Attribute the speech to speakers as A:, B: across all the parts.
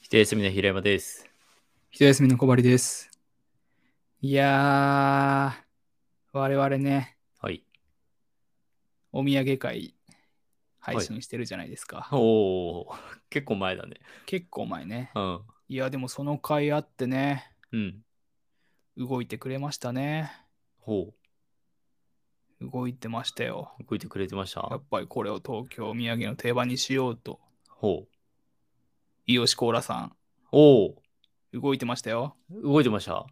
A: 一休みの平山です。
B: 一休みの小針です。いやー、我々ね、
A: はい。
B: お土産会配信してるじゃないですか。
A: おお、 結構前だね。
B: 結構前ね。
A: うん。
B: いや、でもその会あってね、
A: うん。
B: 動いてくれましたね。
A: ほ
B: 動いてましたよ。
A: う。動いてくれてまし
B: や
A: た
B: っぱりこれを東京お土産の定番にしようと、
A: ほう。
B: 伊吉コーラさ
A: おお、
B: ん、動いてましたよ。
A: 動いてました。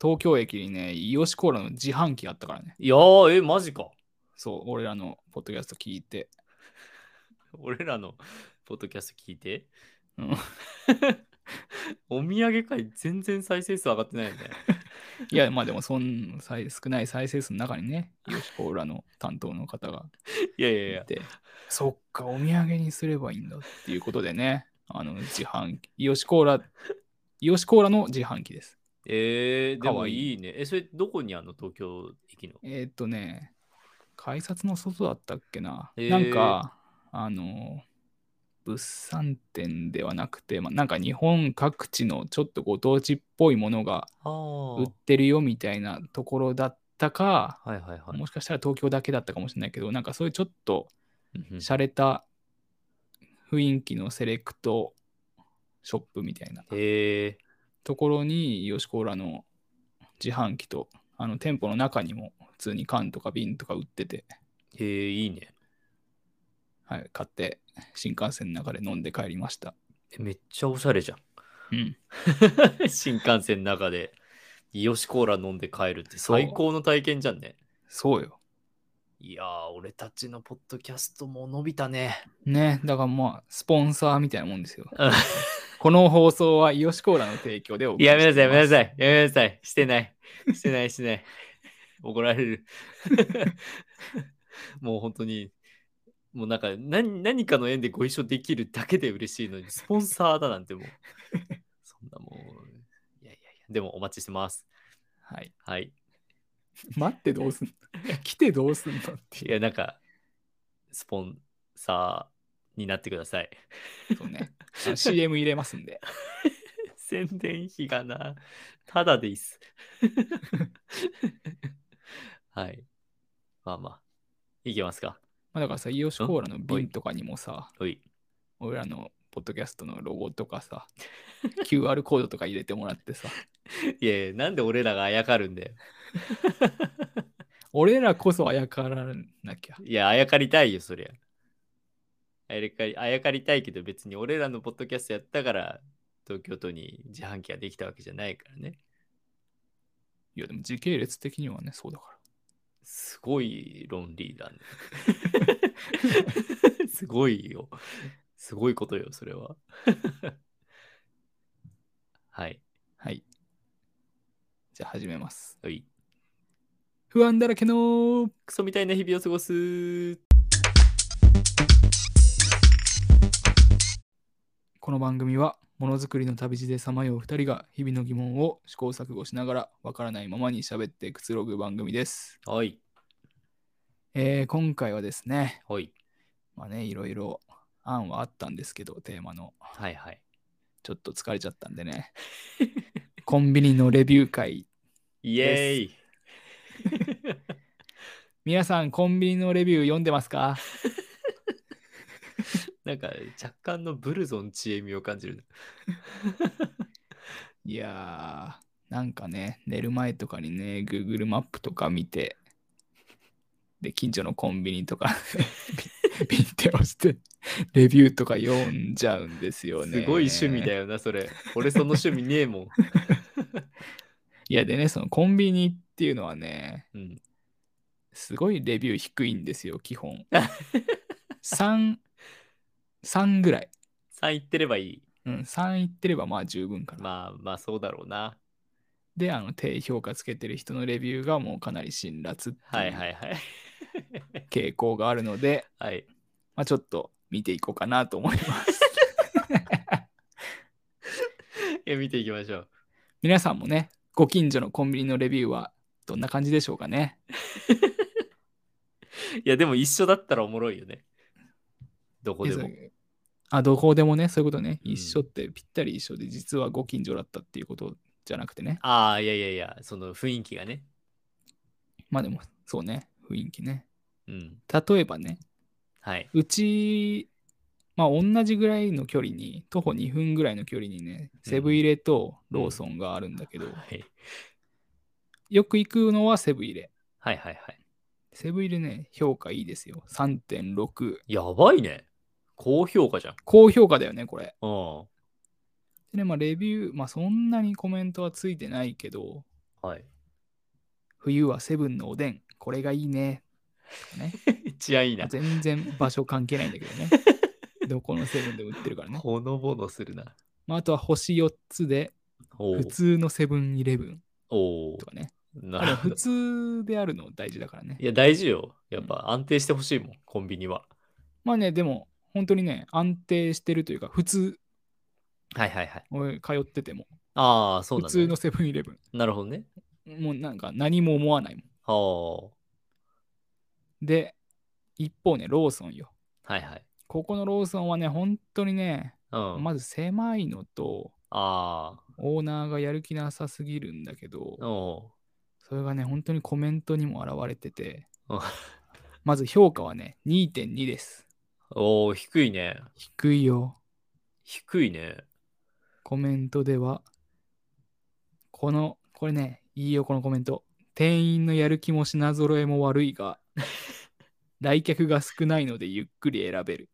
B: 東京駅にね、伊吉コーラの自販機あったからね。
A: いやー、え、マジか。
B: そう、俺らのポッドキャスト聞いて。
A: 俺らの ポッドキャスト聞いて。
B: うん
A: お土産会全然再生数上がってないよね。
B: いや、まあでも、そん、最少ない再生数の中にね、よしこらの担当の方が
A: いやいやい
B: い
A: や。
B: て、そっか、お土産にすればいいんだっていうことでね、あの、自販機、よしこら、よしこらの自販機です。
A: えー、で
B: か
A: も
B: わいい
A: いいね。え、それどこにあんの東京駅の。
B: えーっとね、改札の外だったっけな。
A: へー
B: なんか、あの、物産展ではなくて、まあ、なんか日本各地のちょっとご当地っぽいものが
A: ああ。
B: 売ってるよみたいなところだったか、
A: はいはいはい。
B: もしかしたら東京だけだったかもしれないけど、なんかそういうちょっと
A: うんうん
B: 洒落た雰囲気のセレクトショップみたいな
A: えー、
B: ところに、ヨシコーラの自販機と、あの店舗の中にも普通に缶とか瓶とか売ってて、
A: えー、いいね。
B: はい、買って新幹線の中で飲んで帰りました。
A: えめっちゃおしゃれじゃん。
B: うん、
A: 新幹線の中で、イオシコーラ飲んで帰るって最高の体験じゃんね。
B: そうよ。
A: いやー、俺たちのポッドキャストも伸びたね。
B: ね、だからまあ、スポンサーみたいなもんですよ。この放送はヨシコーラの提供でお送り
A: やめなさい、やめなさ
B: い。
A: い、やめなさい。してない。してない、してない。 怒られる。 もう本当に、もうなんか何何かの縁でご一緒できるだけで嬉しいのに、スポンサーだなんて もう。そんなもう、いやいやいや、でもお待ちしてます。
B: はい、
A: はい。
B: 待ってどうすんの来てどうすんのって
A: いや、なんか、スポンサーになってください。
B: そうね。あの CM 入れますんで。
A: 宣伝費がな、ただでいいっす。 はい。まあまあ、いけますか。
B: まあ、だからさ、イオシコーラの
A: うんは
B: 瓶
A: い
B: とかにもさ、
A: おい。
B: 俺らのポッドキャストのロゴとかさ、QR コードとか入れてもらってさ、
A: いやいや、なんで俺らがあやかるんだよ。
B: 俺らこそあやからなきゃ。
A: いや、あやかりたいよ、そりゃ。あやかりあやかりたいけど、別に俺らのポッドキャストやったから、東京都に自販機ができたわけじゃないからね。
B: いや、でも時系列的にはね、そうだか
A: すごい論理だ ね。すごいよ。すごいことよ、それは。はい。
B: ら。はい。じゃあ始めます。
A: はい。
B: 不安だらけの
A: クソみたいな日々を過ごす。
B: この番組は、ものづくりの旅路でさまよう2人が日々の疑問を試行錯誤しながらわからないままに喋ってくつろぐ番組です。
A: はい。
B: えー今回はですね、
A: はい。
B: まあね、いろいろ案はあったんですけど、テーマの。
A: はいはい。
B: ちょっと疲れちゃったんでね。コンビニのレビュー会。
A: イエーイ。
B: 皆さん、コンビニのレビュー読んでますか
A: なんか若干のブルゾン知恵みを感じる。
B: いやー、なんかね、寝る前とかにね、Google マップとか見て、で、近所のコンビニとか ピンて押して、レビューとか読んじゃうんですよ
A: す
B: ね。
A: ごい趣味だよな、それ。俺その趣味ねえもん。
B: いや、でね、そのコンビニっていうのはね、
A: うん、
B: すごいレビュー低いんですよ、基本。3、3ぐらい。
A: 3言ってればいい。
B: うん、3いってればまあ十分かな。
A: まあまあそうだろうな。
B: で、あの、低評価つけてる人のレビューがもうかなり辛辣ってい
A: はいは
B: う
A: いはい。
B: 傾向があるので、
A: はい。
B: まあちょっと見ていこうかなと思います。
A: いや見ていきましょう。
B: 皆さんもね、ご近所のコンビニのレビューはどんな感じでしょうかね。
A: いや、でも一緒だったらおもろいよね。どこでも
B: え。あ、どこでもね、そういうことね。
A: うん
B: 一緒ってぴったり一緒で、実はご近所だったっていうことじゃなくてね。
A: ああ、いやいやいや、その雰囲気がね。
B: まあでも、そうね、雰囲気ね。
A: うん。
B: 例えばね、
A: はい。
B: うち、まあ同じぐらいの距離に、徒歩2分ぐらいの距離にね、セブン入れとローソンがあるんだけど、
A: はい
B: よく行くのはセブン入れ。
A: はいはいはい。
B: セブン入れね、評価いいですよ。3.6。
A: やばいね。高評価じゃん。
B: 高評価だよね、これ。
A: うん。
B: でね、まあレビュー、まあそんなにコメントはついてないけど、
A: はい。
B: 冬はセブンのおでん、これがいいね。とかね。
A: 治安いいな。
B: 全然場所関係ないんだけど ね。どこのセブンでも売ってるからね。
A: ほのぼのするな。
B: まあ、あとは星4つで、
A: おお
B: 普。通のセブンイレブン
A: おー
B: とかね。
A: な
B: あ
A: る
B: の
A: ほ
B: 普
A: ど。
B: 通であるの大事だからね
A: い。や、大事よ。やっぱ安定してほしいもん、コンビニは。
B: まあね、でも、本当にね、安定してるというか、普通、
A: はいはいはい。
B: 俺通ってても、
A: ああ、そう
B: 普
A: なんだ、
B: 通
A: ね。
B: のセブンイレブ
A: なるほどね。
B: ン。もうなんか何も思わない
A: は
B: もん。で、一方ね、ローソンよ。
A: あ。はいはい。
B: ここのローソンはね、本当にね、
A: うん。
B: まず狭いのと、
A: あ
B: オーナーがやる気なさすぎるんだけど
A: あ。、お
B: それがね、本当にコメントにも表れてて
A: うん、
B: まず評価はね、2.2です。
A: ーおー低いね。
B: 低いよ。
A: 低いね。
B: コメントでは、この、これね、いいよ、このコメント。店員のやる気も品揃えも悪いが、 来客が少ないのでゆっくり選べる。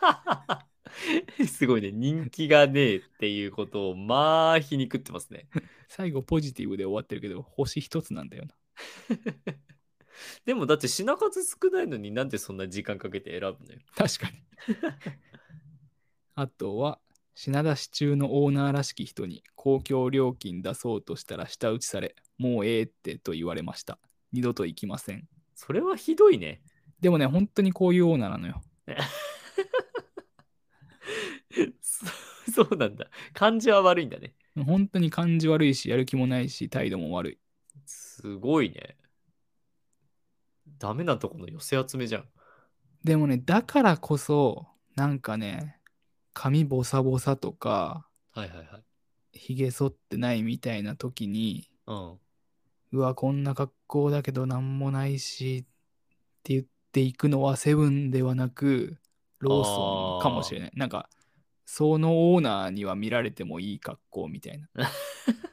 A: すごいね。人気がねえっていうことを、まあ、皮肉ってますね。
B: 最後、ポジティブで終わってるけど、星一つなんだよな。
A: でも、だって品数少ないのになんでそんな時間かけて選ぶのよ。
B: 確かに。 あとは、品出し中のオーナーらしき人に公共料金出そうとしたら舌打ちされ、もうええってと言われました。二度と行きません。
A: それはひどいね。
B: でもね、本当にこういうオーナーなのよ。
A: そそうなんだ。感じは悪いんだね。
B: 本当に感じ悪いし、やる気もないし、態度も悪い。
A: すごいね。ダメなとこの寄せ集めじゃん。
B: でもね、だからこそ、なんかね、髪ボサボサとか、
A: はいはいはい。
B: ひげ剃ってないみたいな時に、
A: うん。
B: うわ、こんな格好だけど何もないしって言っていくのはセブンではなくローソンかもしれない。なんか、そのオーナーには見られてもいい格好みたいな。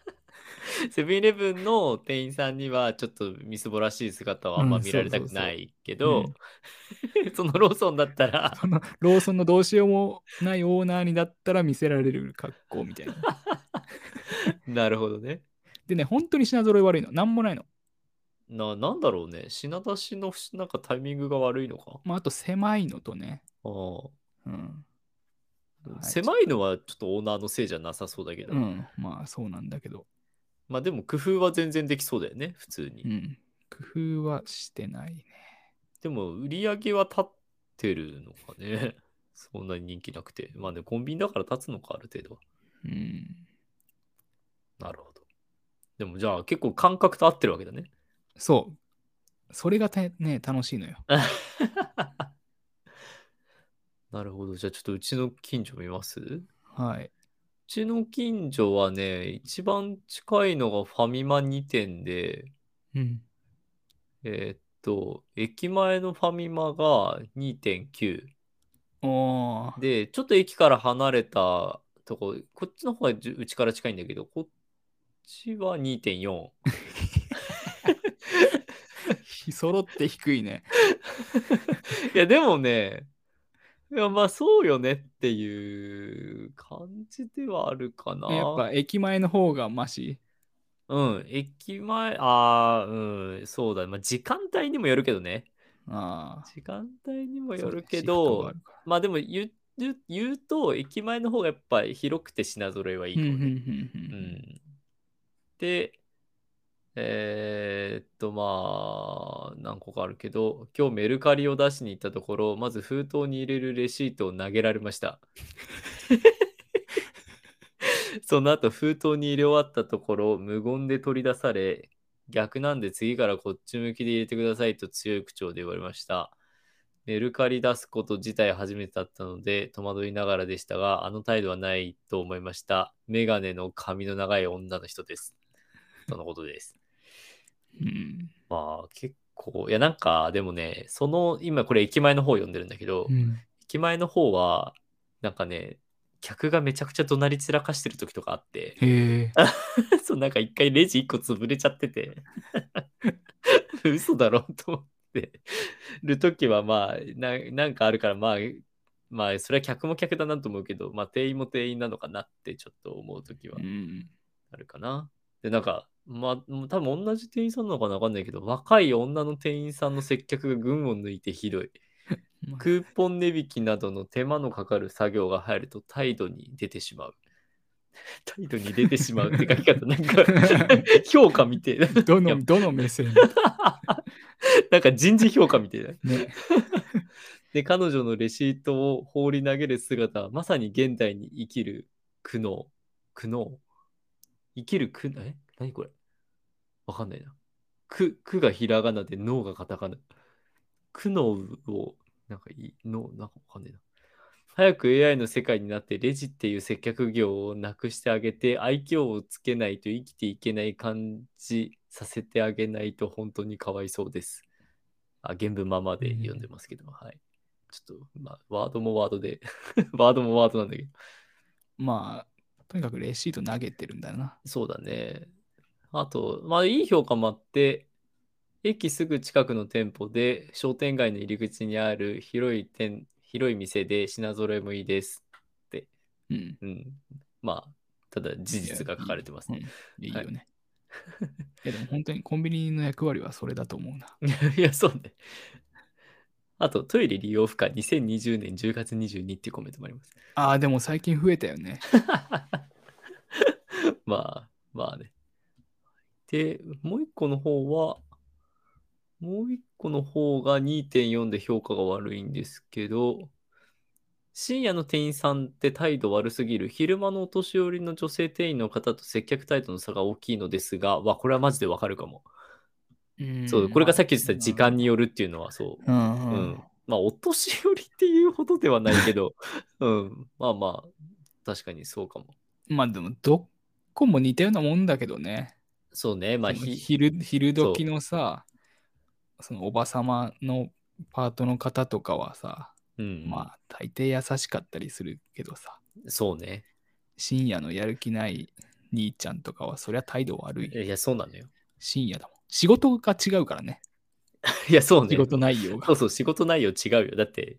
A: セブンイレブンの店員さんにはちょっとみすぼらしい姿はあんま見られたくないけど、 そのローソンだったら、
B: そのローソンのどうしようもないオーナーにだったら見せられる格好みたいな。
A: なるほどね。
B: でね、本当に品揃え悪いの。何もないの。
A: な、なんだろうね。品出しのなんかタイミングが悪いのか。
B: まあ、あと狭いのとね。
A: あ
B: うん。
A: あ
B: はい
A: 狭いのはちょっとオーナーのせいじゃなさそうだけど、
B: うん。まあ、そうなんだけど。
A: まあでも工夫は全然できそうだよね、普通に。
B: うん。工夫はしてないね。
A: でも売り上げは立ってるのかね。 そんなに人気なくて。まあね、コンビニだから立つのか、ある程度は。
B: うん。
A: なるほど。でもじゃあ結構感覚と合ってるわけだね。
B: そう。それがてね、楽しいのよ。
A: なるほど。じゃあちょっとうちの近所見ますう
B: はい。
A: ちの近所はね、一番近いのがファミマ2店で、
B: うん。
A: えーっと、駅前のファミマが2.9。
B: おー
A: で、ちょっと駅から離れたとこ、こっちの方がじゅうちから近いんだけど、こっちは2.4。
B: ひ揃って低いね。
A: いや、でもね、いやまあそうよねっていう感じではあるかな。
B: やっぱ駅前の方がマシ。
A: うん、駅前、ああ、うん、そうだ、まあ、時間帯にもよるけどね。
B: ああ。
A: 時間帯にもよ
B: そう
A: る
B: ね
A: け
B: シフトがあ
A: ど、
B: るから
A: まあでも言う言う言うと、駅前の方がやっぱり広くて品揃えはいいか
B: うん
A: も
B: う
A: ね。
B: んうん
A: う
B: うんうん。
A: んで、えーっと、まあ、何個かあるけど、今日メルカリを出しに行ったところ、まず封筒に入れるレシートを投げられました。その後、封筒に入れ終わったところ、無言で取り出され、逆なんで次からこっち向きで入れてくださいと強い口調で言われました。メルカリ出すこと自体初めてだったので、戸惑いながらでしたが、あの態度はないと思いました。メガネの髪の長い女の人です。とのことです。
B: うん。
A: まあ結構、いやなんかでもね、その、今これ駅前の方読んでるんだけど、
B: うん
A: 駅前の方は、なんかね、客がめちゃくちゃ怒鳴り散らかしてる時とかあって、
B: へえ。
A: そうなんか一回レジ一個潰れちゃってて、 嘘だろと思ってる時はまあな、なんかあるからまあ、まあそれは客も客だなと思うけど、まあ店員も店員なのかなってちょっと思う時は
B: うん。
A: あるかな。で、なんか、まあ、もう多分同じ店員さんなのかなわかんないけど、若い女の店員さんの接客が群を抜いてひどい。
B: まあ
A: クーポン値引きなどの手間のかかる作業が入ると態度に出てし まう。態度に出てしまうって書き方、なん か評価みてえな。
B: ど
A: いや
B: の、どの目線
A: なんか人事評価みたいな。
B: ね。
A: で、彼女のレシートを放り投げる姿はまさに現代に生きる苦悩。苦悩生きる苦悩え何これわかんないな。苦、苦がひらがなで脳がカタカナ。苦悩を、なんかいい、脳、なんかわかんないな。早く AI の世界になってレジっていう接客業をなくしてあげて愛嬌をつけないと生きていけない感じさせてあげないと本当にかわいそうです。あ原文ままで読んでますけど、はい。ちょっと、まあ、ワードもワードで、 ワードもワードなんだけど。
B: まあ、とにかくレシート投げてるんだな。
A: そうだね。あと、まあ、いい評価もあって、駅すぐ近くの店舗で、商店街の入り口にある広い店、広い店で品揃えもいいです。
B: うん。
A: うん。まあ、ただ事実が書かれてますね。
B: うん。いいよね。いやでも本当にコンビニの役割はそれだと思うな。
A: いや、そうね。あと、トイレ利用不可2020年10月22っていうコメントもあります。
B: ああ、でも最近増えたよね。
A: まあ、まあね。で、もう一個の方は、もう一個の方が2.4で評価が悪いんですけど、深夜の店員さんって態度悪すぎる、昼間のお年寄りの女性店員の方と接客態度の差が大きいのですが、わ、これはマジでわかるかも。そう、これがさっき言ってた時間によるっていうのはそう。
B: うん。
A: う
B: うん
A: ん。まあ、お年寄りっていうほどではないけど、 うん。まあまあ、確かにそうかも。
B: まあでも、どこも似たようなもんだけどね。
A: そうね。まあ、
B: その
A: ひ
B: 昼昼時のさ、そのおばさまのパートの方とかはさ、
A: うん、
B: まあ大抵優しかったりするけどさ、
A: そうね。
B: 深夜のやる気ない兄ちゃんとかはそりゃ態度悪い。
A: いや、そうなのよ。
B: 深夜だもん。仕事が違うからね。
A: いや、そうね。
B: 仕事内容
A: そ
B: が
A: う。そう、仕事内容違うよ。だって、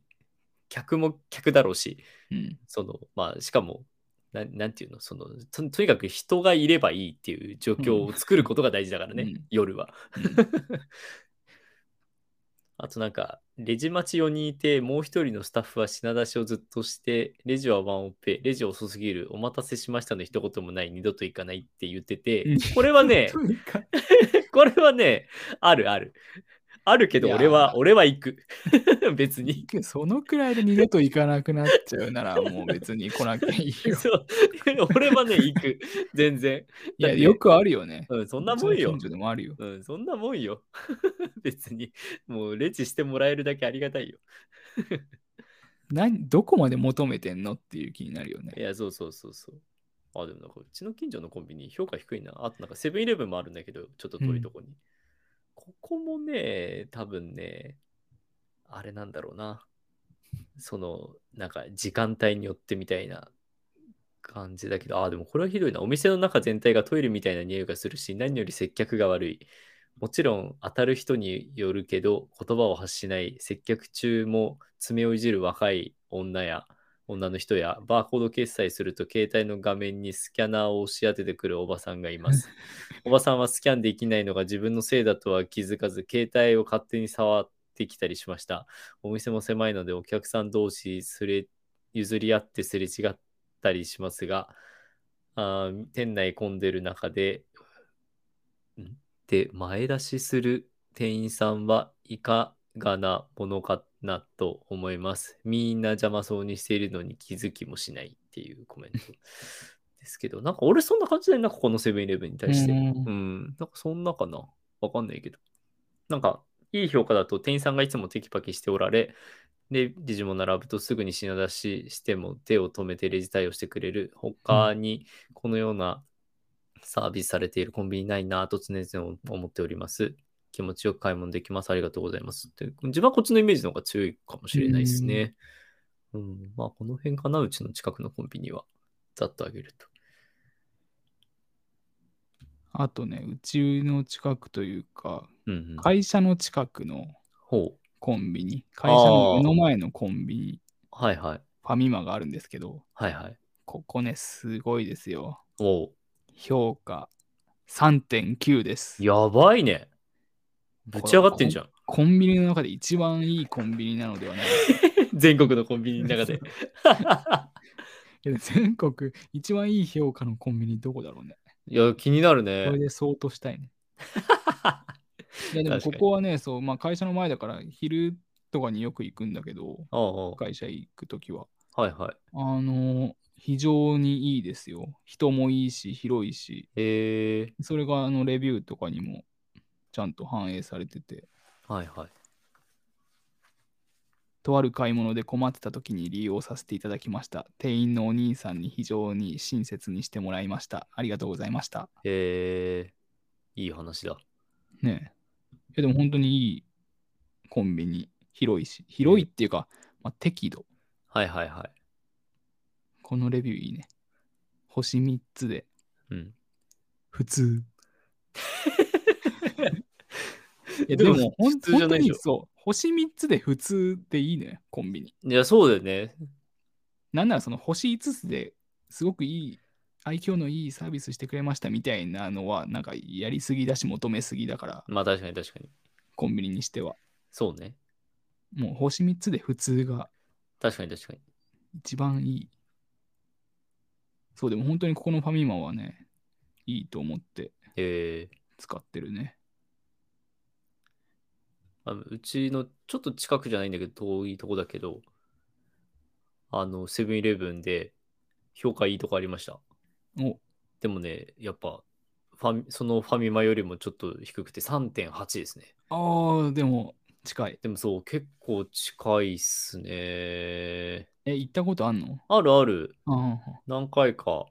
A: 客も客だろうし、
B: うん。
A: その、まあ、しかも、なんなんていうのそのと、とにかく人がいればいいっていう状況を作ることが大事だからね、
B: うん
A: 夜は。
B: うん
A: あとなんか、レジ待ち4人いて、もう1人のスタッフは品出しをずっとして、レジはワンオペ、レジ遅すぎる、お待たせしましたの一言もない、二度と行かないって言ってて
B: うん、
A: これは ね、
B: とにかく
A: これはね、あるある。あるけど、
B: いやー
A: 俺は、俺は行く。 別に。
B: そのくらいで二度と行かなくなっちゃうな ら、もう別に来なきゃいいよ。
A: そう 俺はね、行く。全然。
B: いや、よくあるよね。
A: うん、そんなもん
B: うちの
A: よ
B: 近。所でもあるよ。
A: うん、そんなもんよ。 別に。もう、レジしてもらえるだけありがたいよ。
B: 何どこまで求めてんのっていう気になるよね
A: い。や、そうそうそうそう。あ、でもなんか、うちの近所のコンビニ、評価低いな。あと、なんか、セブンイレブンもあるんだけど、ちょっと遠いとこに。ここもね、多分ね、あれなんだろうな。その、なんか、時間帯によってみたいな感じだけど、あ、でもこれはひどいな。お店の中全体がトイレみたいな匂いがするし、何より接客が悪い。もちろん当たる人によるけど言葉を発しない接客中も爪をいじる若い女や女の人やバーコード決済すると携帯の画面にスキャナーを押し当ててくるおばさんがいます。おばさんはスキャンできないのが自分のせいだとは気づかず携帯を勝手に触ってきたりしました。お店も狭いのでお客さん同士すれ譲り合ってすれ違ったりしますがあー店内混んでる中でで前出しする店員さんはいかがなものかなと思います。みんな邪魔そうにしているのに気づきもしないっていうコメントですけど、なんか俺そんな感じだよな、ここのセブンイレブンに対して。
B: うん
A: うん、なんかそんなかなわかんないけど。なんか、いい評価だと店員さんがいつもテキパキしておられ、レジも並ぶとすぐに品出ししても手を止めてレジ対応してくれる。他にこのようなサービスされているコンビニないなぁと常々思っております。気持ちよく買い物できます。ありがとうございます。って自分はこっちのイメージの方が強いかもしれないですね。うん、まあこの辺かな、うちの近くのコンビニは。ざっとあげると。
B: あとね、うちの近くというか、
A: うん、うん。
B: 会社の近くの
A: ほう。
B: コンビニ、会社の目の前のコンビニ、
A: はいはい。
B: ファミマがあるんですけど、
A: はいはい。
B: ここね、すごいですよ。
A: おう。
B: 評価3.9です。
A: やばいね。ぶち上がってんじゃん。
B: コンビニの中で一番いいコンビニなのではない
A: 全国のコンビニの中で。
B: いや 全国一番いい評価のコンビニどこだろうね。
A: いや、気になる
B: これ
A: ね。
B: で相当したいね。いやでもここはね、そうまあ、会社の前だから昼とかによく行くんだけど、
A: ああ、
B: 会社行くときは。
A: はいはい。
B: あの、非常にいいですよ。人もいいし、広いし。
A: へえ
B: それがあのレビューとかにもちゃんと反映されてて、
A: はいはい。
B: とある買い物で困ってた時に利用させていただきました。店員のお兄さんに非常に親切にしてもらいました。ありがとうございました。
A: へえいい話だ。
B: ねえ。いやでも本当にいいコンビニ、広いし、広いっていうか、まあ、適度。
A: はいはいはい。
B: このレビューいいね。星3つで、
A: うん。
B: 普通。いや
A: で
B: で
A: も
B: も本
A: 普通じゃ
B: 当
A: ないでし
B: に
A: ょ
B: そう、星3つで普通でいいね、コンビニ。
A: いや、そうだよね。
B: なんならその星5つですごくいい、愛嬌のいいサービスしてくれましたみたいなのは、なんかやりすぎだし、求めすぎだから、
A: まあ確かに確かに。
B: コンビニにしては。
A: そうね。
B: もう星3つで普通が
A: 確かに確かに。
B: 一番いい。そう、でも本当にここのファミマはね、いいと思って
A: へえ
B: 使ってるね。
A: あのうちのちょっと近くじゃないんだけど、遠いとこだけど、あの、セブンイレブンで評価いいとこありました。
B: お、
A: でもね、やっぱ、ファミそのファミマよりもちょっと低くて3.8ですね。
B: ああ、でも近い。
A: でもそう、結構近いっすね。
B: え、行ったことあんの
A: あるある、
B: ああ、
A: 何回か。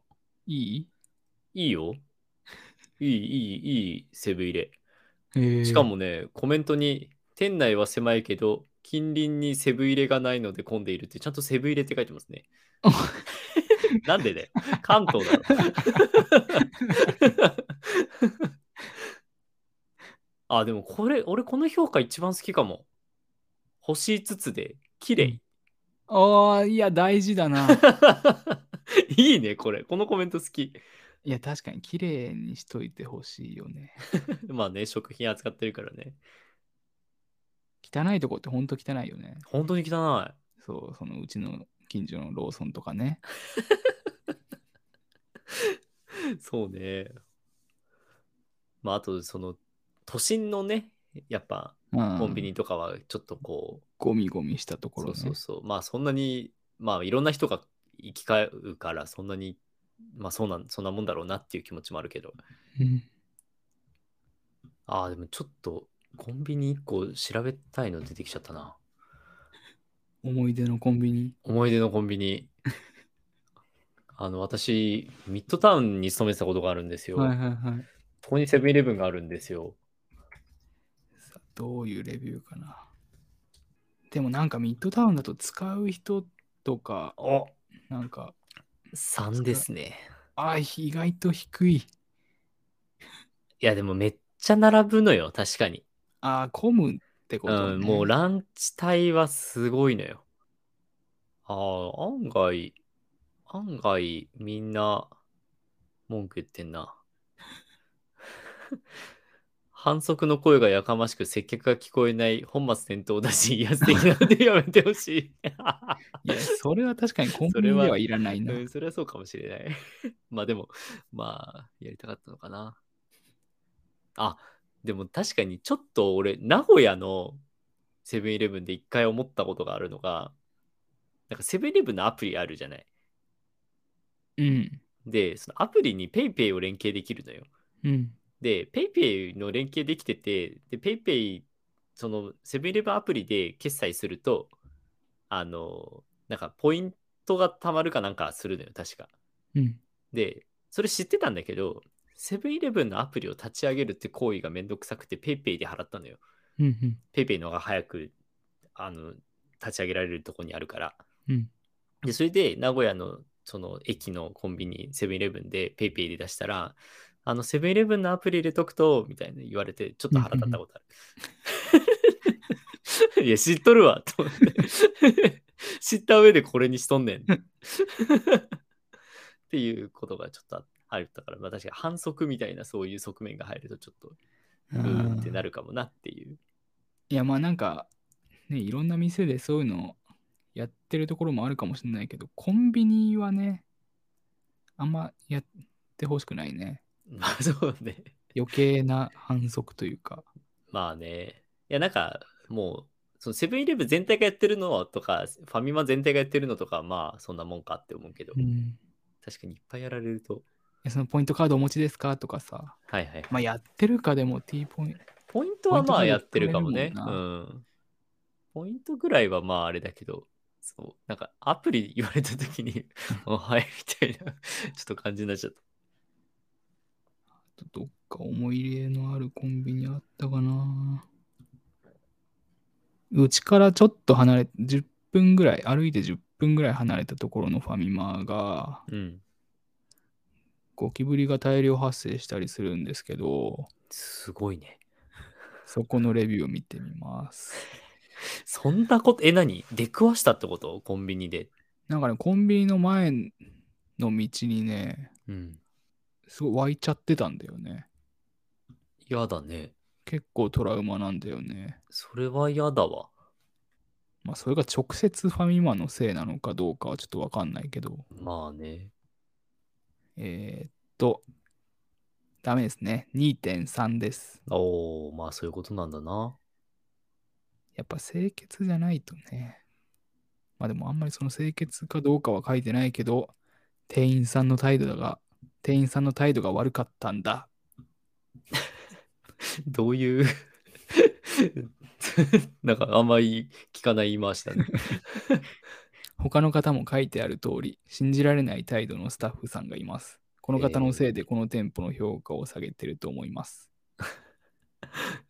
B: いい
A: いいよ。いい、いい、いい、セブ入れ。
B: へえ
A: しか。もね、コメントに、店内は狭いけど、近隣にセブ入れがないので混んでいるって、ちゃんとセブ入れって書いてますね。なんでね、関東だろ。あ、でもこれ、俺この評価一番好きかも。星5つで、綺麗。
B: ああ、いや、大事だな。
A: いいね、これ。このコメント好き。
B: いや、確かに綺麗にしといてほしいよね。
A: まあね、食品扱ってるからね。
B: 汚いとこってほんと汚いよね。
A: 本当に汚い。
B: そう、そのうちの近所のローソンとかね。
A: そうね。まあ、あと、その、都心のね、やっぱ、
B: うん、
A: コンビニとかは、ちょっとこ
B: ゴミゴミしたと
A: う、
B: ころ、
A: そう
B: ね、
A: そうそう。まあ、そんなに、まあ、いろんな人が行き交うから、そんなに、まあ、そうなん、そんなもんだろうなっていう気持ちもあるけど。
B: うん
A: ああ、でもちょっと、コンビニ1個調べたいの出てきちゃったな。
B: 思い出のコンビニ。
A: 思い出のコンビ ニ。あの、私、ミッドタウンに勤めてたことがあるんですよ。
B: はいはいはい。
A: ここにセブンイレブンがあるんですよ。
B: さあどういうレビューかな。でもなんかミッドタウンだと使う人とか、
A: お
B: なんか、
A: 3ですね。
B: ああ、意外と低い。
A: いや、でもめっちゃ並ぶのよ、確かに。
B: ああ、混むってこと、ね
A: うん、もうランチ帯はすごいのよ。ああ、案外、案外、みんな、文句言ってんな。 反則の声がやかましく接客が聞こえない本末転倒だし、威圧的なのでやめてほしい。
B: いや、それは確かにコンビニではいらないな。
A: うん、それはそうかもしれない。 まあでも、まあ、やりたかったのかな。あ、でも確かにちょっと俺、名古屋のセブンイレブンで一回思ったことがあるのが、なんかセブンイレブンのアプリあるじゃない。
B: うん。
A: で、そのアプリに PayPay を連携できるのよ。
B: うん。
A: で、PayPay の連携できてて、で、PayPay そのセブンイレブンアプリで決済すると、あの、なんかポイントが貯まるかなんかするのよ、確か。
B: うん。
A: で、それ知ってたんだけど、セブンイレブンのアプリを立ち上げるって行為がめんどくさくて、ペイペイで払ったのよ。
B: うん。
A: ペイペイの方が早くあの立ち上げられるとこにあるから。
B: うん
A: でそれで名古屋のその駅のコンビニセブンイレブンでペイペイで出したら、あのセブンイレブンのアプリ入れとくとみたいな言われてちょっと腹立ったことあ る。いや知っとるわと思って知った上でこれにしとんねん。っていうことがちょっとあったから、まあ、確かに反則みたいなそういう側面が入るとちょっとうーんってなるかもなっていう。
B: いやまあなんかねいろんな店でそういうのやってるところもあるかもしれないけどコンビニはねあんまやってほしくないね
A: まあ そうね。
B: 余計な反則というか
A: まあね。いやなんかもう、そのセブンイレブン全体がやってるのとか、ファミマ全体がやってるのとか、まあそんなもんかって思うけど、
B: ん
A: 確かにいっぱいやられると。
B: そのポイントカードお持ちですかとかさ
A: はいはい。
B: まあやってるかでも T ポイント
A: ポイントはま
B: ポ
A: あ
B: イント
A: やってるかもね。う
B: 含める
A: ん。ポイントぐらいはまああれだけど、そう、なんかアプリ言われたときに、おはいみたいな、ちょっと感じになっちゃった。
B: どっか思い入れのあるコンビニあったかなうちからちょっと離れ10分ぐらい歩いて10分ぐらい離れたところのファミマが
A: うん。
B: ゴキブリが大量発生したりするんですけど、
A: すごいね。
B: そこのレビューを見てみます。
A: そんなこと、え、何出くわしたってことコンビニで。
B: なんかね、コンビニの前の道にね、
A: うん。
B: すごい湧いちゃってたんだよね。
A: やだね。
B: 結構トラウマなんだよね。
A: それは嫌だわ。
B: まあ、それが直接ファミマのせいなのかどうかはちょっとわかんないけど、
A: まあね。
B: えーっと、ダメですね。2.3です。
A: おお、まあそういうことなんだな。
B: やっぱ清潔じゃないとね。まあでもあんまりその清潔かどうかは書いてないけど、店員さんの態度が、店員さんの態度が悪かったんだ。
A: どういう、なんかあんまり聞かない言い回しだね。
B: 他の方も書いてある通り、信じられない態度のスタッフさんがいます。この方のせいでこの店舗の評価を下げてると思います。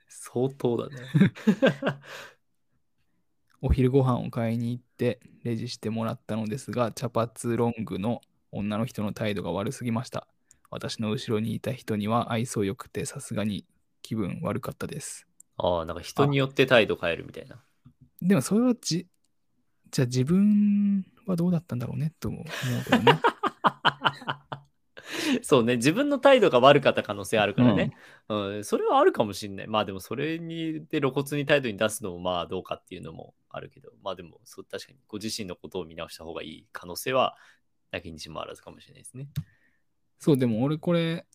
A: 相当 だね。
B: お昼ご飯を買いに行ってレジしてもらったのですが、茶髪ロングの女の人の態度が悪すぎました。私の後ろにいた人には愛想よくてさすがに気分悪かったです。
A: ああ、なんか人によって態度変えるみたいな。
B: でもそれはじ、じゃあ自分はどうだったんだろうねと思うけどね。
A: そうね、自分の態度が悪かった可能性あるからね。うん、それはあるかもしんない。まあでもそれにで露骨に態度に出すのもまあどうかっていうのもあるけど、まあでもそう確かにご自身のことを見直した方がいい可能性はなきにしもあらずかもしれないですね。
B: そう、でも俺これ、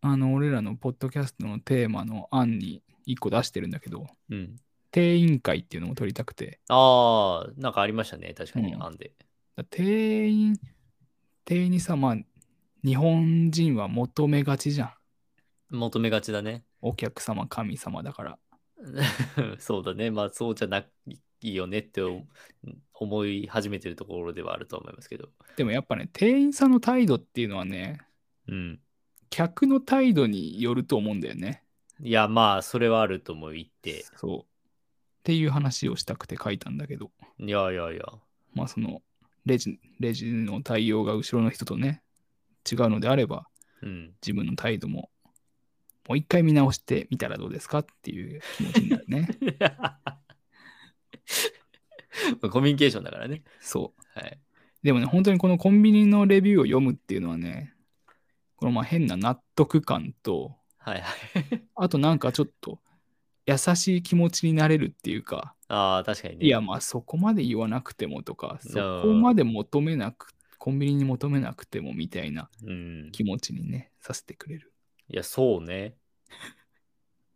B: あの、俺らのポッドキャストのテーマの案に一個出してるんだけど、
A: うん。
B: 定員会っていうのも取りたくて、
A: ああ、なんかありましたね。確かに、
B: うん
A: 案で。
B: だ定員、定員にさ、まあ、日本人は求めがちじゃん。
A: 求めがちだね。
B: お客様、神様だから。
A: そうだね。まあ、そうじゃないよねって思思い始めてるところではあると思いますけど。
B: でもやっぱね、店員さんの態度っていうのはね、
A: うん。
B: 客の態度によると思うんだよね。
A: いや、まあ、それはあるとも言って。
B: そう。っていう話をしたくて書いたんだけど。
A: いやいやいや。
B: まあそのレジレジの対応が後ろの人とね違うのであれば
A: うん。
B: 自分の態度ももう一回見直してみたらどうですかっていう気持ちになるね
A: コミュニケーションだからね。
B: そう
A: はい。
B: でもね本当にこのコンビニのレビューを読むっていうのはねこのまあ変な納得感と
A: はいはい。
B: あとなんかちょっと優しい気持ちになれるっていうか、
A: ああ、確かにね。
B: いやまあそこまで言わなくてもとか
A: うん
B: そこまで求めなくコンビニに求めなくてもみたいな
A: うん。
B: 気持ちにねさせてくれる
A: いや、そうね。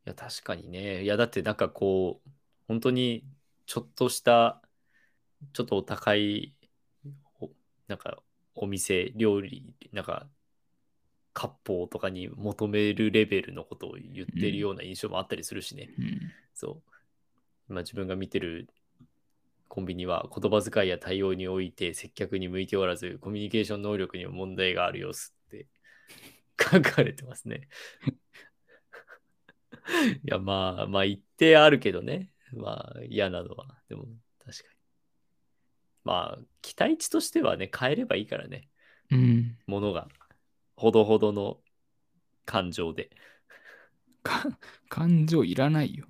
A: いや、確かにね。いや、だってなんかこう、本当にちょっとした、ちょっとお高い、おなんかお店、料理、なんか、割烹とかに求めるレベルのことを言ってるような印象もあったりするしね。
B: うん
A: そう。今自分が見てるコンビニは言葉遣いや対応において接客に向いておらず、コミュニケーション能力にも問題がある様子って 書かれてますね。 いや、まあ、まあ、一定あるけどね。まあ、嫌なのは。でも、確かに。まあ、期待値としてはね、変えればいいからね。
B: うん。
A: ものが。ほどほどの感情で。
B: か感情いらないよ。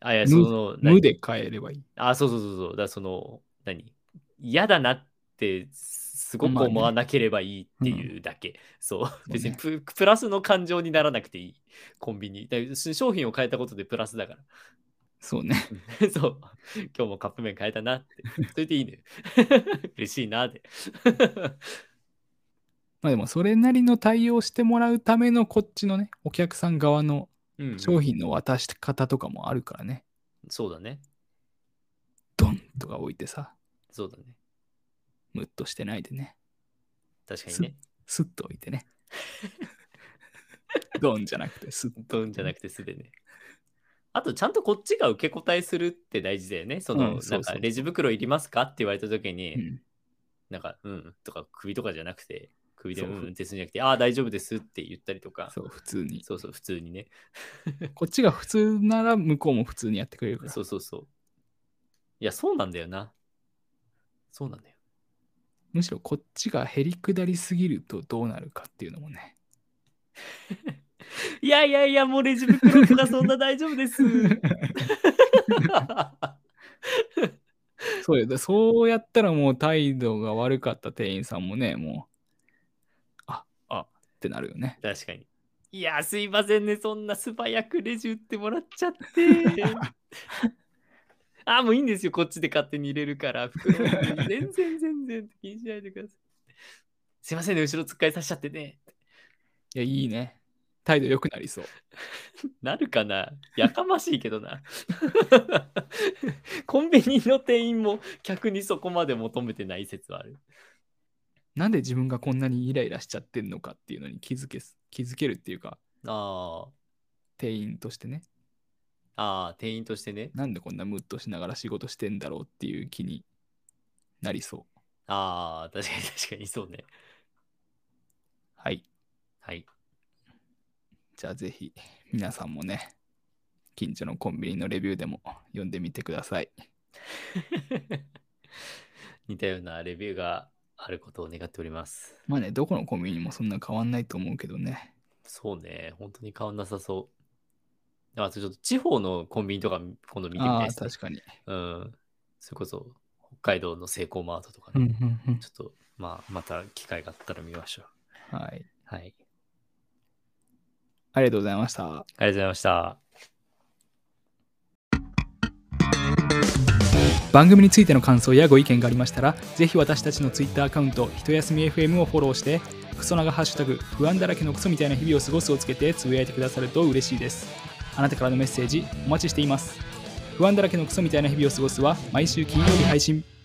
A: あ、いや、
B: 無
A: その、
B: 無
A: 何
B: で変えればいい。
A: あ、そうそうそうそう。だからその、何嫌だなって、すごく
B: まあね
A: 思わなければいいっていうだけ。そう。
B: うね
A: 別にププラスの感情にならなくていい。コンビニ。だから商品を変えたことでプラスだから。
B: そうね。
A: そう。今日もカップ麺変えたなって。それでいいね。 嬉しいなって。
B: まあでもそれなりの対応してもらうためのこっちのね、お客さん側の
A: うんうん
B: 商品の渡し方とかもあるからね。
A: そうだね。
B: ドンとか置いてさ、
A: そうだね。
B: ムッとしてないでね。
A: 確かにね。
B: スッと置 いてね。ドンじゃなくてスッと。
A: ドンじゃなくてすでね。あと、ちゃんとこっちが受け答えするって大事だよね。その、
B: うんそ
A: なん
B: うそ
A: か、
B: う
A: レジ袋いりますかって言われた時に、
B: うん
A: なんか、うん、とか、首とかじゃなくて、首で
B: そううん
A: ってするんじゃなくて、ああ、大丈夫ですって言ったりとか、
B: そう、普通に。
A: そうそう、普通にね。
B: こっちが普通なら向こうも普通にやってくれるから。
A: そうそうそう。いや、そうなんだよな。そうなんだよ。
B: むしろこっちがへりくだりすぎるとどうなるかっていうのも ね。
A: いやいやいや、もうレジ袋とかそんな大丈夫 です。
B: そうよ。だそうやったらもう態度が悪かった店員さんもね、もう、ああってなるよね。
A: 確かに。いや、すいませんね、そんな素早くレジ打ってもらっち ゃって。あ、もういいんですよ、こっちで勝手に入れるから、袋 に全然全然気にしないでください。すいませんね、後ろつっかえさせちゃってね。
B: いや、いいね。態度良くなりそう。
A: なるかなやかましいけどな。 コンビニの店員も客にそこまで求めてない説はある。
B: なんで自分がこんなにイライラしちゃってんのかっていうのに気づけす気づけるっていうか、
A: あー
B: 店員としてね、
A: あー、店員としてね。
B: なんでこんなムッとしながら仕事してんだろうっていう気になりそう。
A: ああ、確かに確かにそうね。
B: はい。
A: はい。
B: じゃあぜひ皆さんもね、近所のコンビニのレビューでも読んでみてください。
A: 似たようなレビューがあることを願っております。
B: まあね、どこのコンビニもそんな変わんないと思うけどね。
A: そうね、本当に変わんなさそう。あとちょっと地方のコンビニとか今度見てみたい
B: ああ
A: で
B: ー、
A: す、ね。
B: 確かに。
A: うん。それこそ北海道のセイコーマートとか
B: うん
A: ね。
B: うんうん
A: ちょっと、まあ、また機会があったら見ましょう。
B: はい。
A: はい。
B: ありがとうございました。
A: ありがとうございました。
B: 番組についての感想やご意見がありましたら、ぜひ私たちの Twitter アカウント、ひとやすみ FM をフォローして、クソ長ハッシュタグ、不安だらけのクソみたいな日々を過ごすをつけてつぶやいてくださると嬉しいです。あなたからのメッセージ、お待ちしています。不安だらけのクソみたいな日々を過ごすは、毎週金曜日配信。